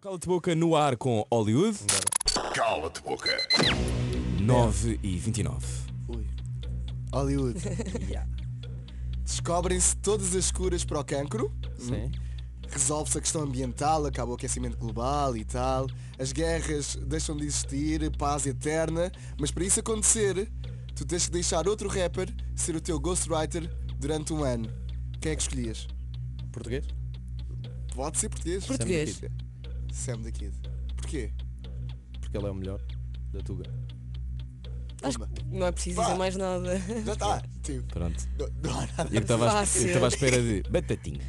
Cala-te boca no ar com Hollywood. Cala-te boca. 9 e 29. Ui. Hollywood. Descobrem-se todas as curas para o cancro. Sim. Resolve-se a questão ambiental, acaba o aquecimento global e tal. As guerras deixam de existir, paz eterna. Mas para isso acontecer, tu tens que deixar outro rapper ser o teu ghostwriter durante um ano. Quem é que escolhias? Português? Pode ser português. é Português. Sam the Sam da Kid. Porquê? Porque ele é o melhor da Tuga. Acho Pumba. que não é preciso dizer Vá. mais nada. Já está. Tipo, Pronto. não, não há nada. Eu estava à Fácil. eu estava à espera de batatinha.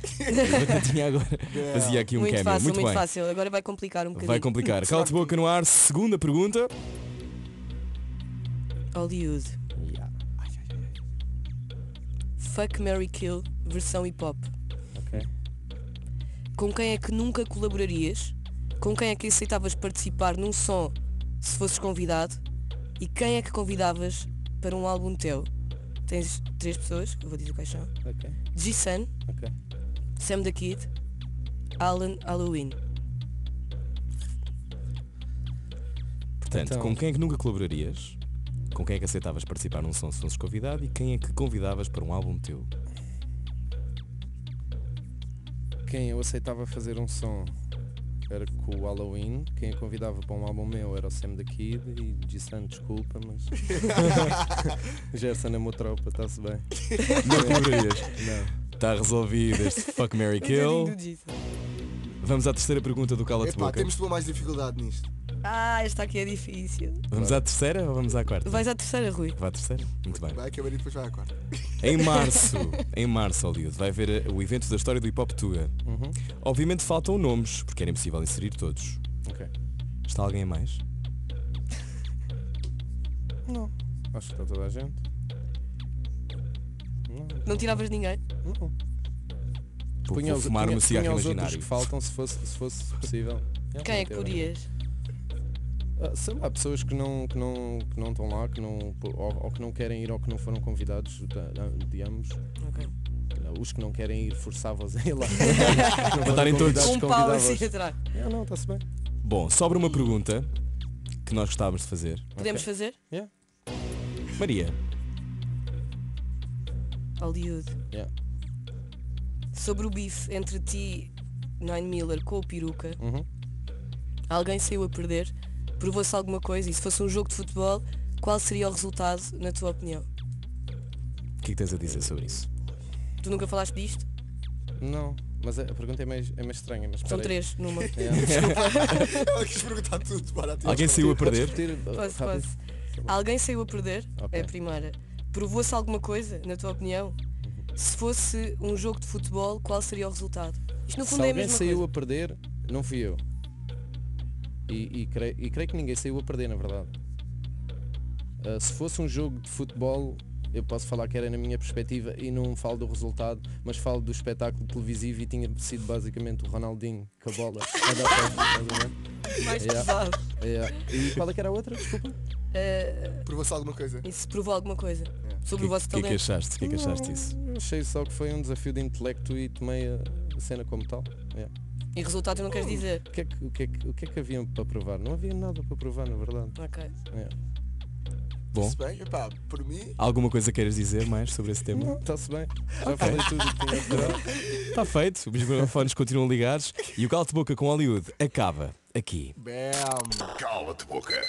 Batatinha agora fazia aqui um muito cameo. fácil, muito muito, bem. fácil. Agora vai complicar um bocadinho. Vai complicar. Cala-te boca no ar. Segunda pergunta. Hollywood. Yeah. Fuck Mary Kill, versão hip hop. Ok. Com quem é que nunca colaborarias? Com quem é que aceitavas participar num som se fosses convidado? E quem é que convidavas para um álbum teu? Tens três pessoas, eu vou dizer quais são. Ok. G-Sun, Ok. Sam the Kid, Alan Halloween. Portanto, Então. com quem é que nunca colaborarias? Com quem é que aceitavas participar num som se fosses convidado? E quem é que convidavas para um álbum teu? Quem eu aceitava fazer um som era com o Halloween. Quem eu convidava para um álbum meu era o Sam the Kid e G-San, desculpa, mas. Gerson é meu tropa, está-se bem. Não colaborarias. Não. Está resolvido este Fuck Mary é Kill. Vamos à terceira pergunta do Cala-te Epá, Boca. temos de pôr mais dificuldade nisto. Ah, esta aqui é difícil. Vamos à terceira ou vamos à quarta? Vais à terceira, Rui. Vai à terceira? Muito bem. Vai acabar e depois vai à quarta. Em março, em março, Hollywood, vai haver o evento da história do Hip Hop Tuga. Uhum. Obviamente faltam nomes, porque era impossível inserir todos. Ok. Está alguém a mais? Não. Acho que está toda a gente. Não. Não tiravas ninguém? Não. Vou, Punha vou os- fumar punha- um cigarro punha os outros imaginário. que faltam se fosse, se fosse possível. Quem é que Não, não. podias? Ah, sei lá, pessoas que não, que não, que não estão lá, que não, ou, ou que não querem ir ou que não foram convidados da- da- de ambos. Ok. Os que não querem ir forçavam-os a ir lá. Para estarem todos. Com um pau assim atrás. Não, não, está-se bem. Bom, sobra uma pergunta que nós gostávamos de fazer. Podemos Ok. fazer? Maria, Hollywood. Yeah. Sobre o bife entre ti, Nine Miller, com o peruca, Uhum. alguém saiu a perder? Provou-se alguma coisa? E se fosse um jogo de futebol, qual seria o resultado, na tua opinião? o que é que tens a dizer sobre isso? Tu nunca falaste disto? Não, mas a a pergunta é mais, é mais estranha. Mas São espera aí. três numa. É, Ela quis perguntar tudo, para ti. Alguém saiu a perder? repetir, uh, Posso, rápido? posso. Alguém saiu a perder? Ok. É a primeira. Provou-se alguma coisa, na tua opinião? Uhum. Se fosse um jogo de futebol, qual seria o resultado? Isto no Se fundo é a alguém mesma saiu coisa. a perder, não fui eu. E, e creio, e creio que ninguém saiu a perder, na verdade. Ah, se fosse um jogo de futebol, eu posso falar que era na minha perspectiva e não falo do resultado, mas falo do espetáculo televisivo e tinha sido basicamente o Ronaldinho com a bola. a dar passos, estás a ver? Mais Yeah. pesado. Yeah. E qual é que era a outra? Desculpa. Eh, Provou-se alguma coisa. e se provou alguma coisa O sobre que, o vosso que é que talento? achaste? O que é que achaste disso? Eu Achei só que foi um desafio de intelecto e tomei a a cena como tal. Yeah. E resultado não queres dizer? O, que é que, o, que é que, o que é que havia para provar? Não havia nada para provar, na verdade. É. Ok. Yeah. Bom, Se bem, epá, por mim, alguma coisa queiras dizer mais sobre esse tema? Está-se bem. Já falei tudo o que tinha a dizer. Está feito, os microfones continuam ligados e o Cala-te boca com Hollywood acaba aqui. bam. Cala-te boca.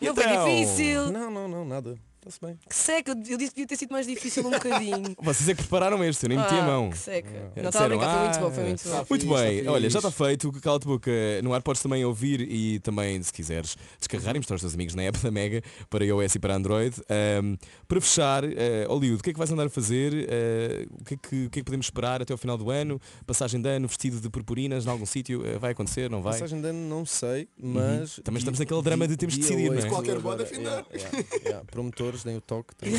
Não foi Então. difícil! Não, não, não, nada. Está-se bem. Que seca! Eu disse que devia ter sido mais difícil um bocadinho. Vocês é que prepararam este, eu nem meti a Ah, mão. Que seca. É, Não estava a disseram, brincar, foi muito "Ah, bom, foi muito bom. sabe. Muito Fiz, já bem, fiz. olha, já está feito, o Cala-te Boca no ar podes também ouvir e também, se quiseres, descarregar e mostrar aos teus amigos na app da Mega para iOS e para Android. Ahm, para fechar, eh, Hollywood, o que é que vais andar a fazer? Eh, o, que é que, o que é que podemos esperar até ao final do ano? Passagem de ano, vestido de purpurinas em algum sítio? Eh, vai acontecer, não vai? Passagem de ano não sei, mas. Uhum. Também estamos naquele drama de temos de decidir, não é? Qualquer modo, afinal. yeah, yeah, yeah. Promotor, Açores, nem o toque. também.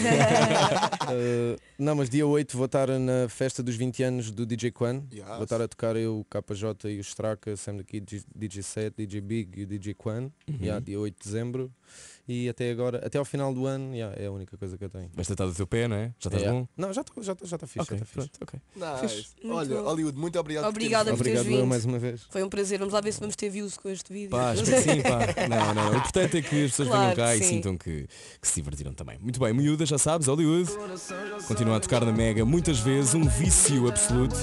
Eh, não, mas dia 8 vou estar na festa dos 20 anos do DJ Quan. Yes. Vou estar a tocar eu, o KJ e o Straka, Sam the Kid, DJ Set, DJ Big e o DJ Quan. Uhum. Yeah, dia 8 de dezembro. E até agora, até ao final do ano, yeah, é a única coisa que eu tenho. Vais tratar do teu pé, não é? Já estás Yeah. bom? Não, já está já, tá- já tá fixe. ok, já tá fixe. pronto, ok. Nice. Muito Olha, bom. Hollywood, muito obrigado por teres Obrigada vindo. por teres Obrigado eu vindo. mais uma vez. Foi um prazer. Vamos lá ver se vamos ter views com este vídeo. Pá, espero que sim, pá. Não, não, não. O importante é que as pessoas Claro venham cá que e sim. sintam que, que se divertiram também. Muito bem, miúda, já sabes, Hollywood. Continua a tocar na Mega muitas vezes, um vício absoluto.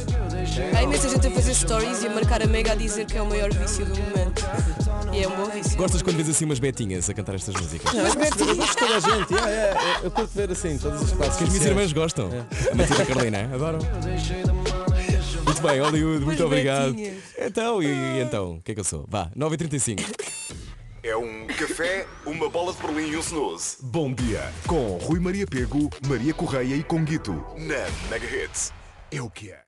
Há imensa gente a fazer stories e a marcar a Mega a dizer que é o maior vício do momento. E é um bom vício. Gostas quando vês assim umas betinhas a cantar estas músicas? Mas eu gosto de toda a gente, yeah, yeah, eu- eu curto ver assim, todas as classes. Que as minhas sociais. irmãs gostam. É. A Matilde e a Carolina, hein? adoram. Muito bem, Hollywood, muito obrigado. betinhas. Então, e, e então, o que é que eu sou? Vá, 9h35. É um café, uma bola de Berlim e um snooze. Bom dia, com Rui Maria Pego, Maria Correia e Conguito. Na Mega Hits. É o que é.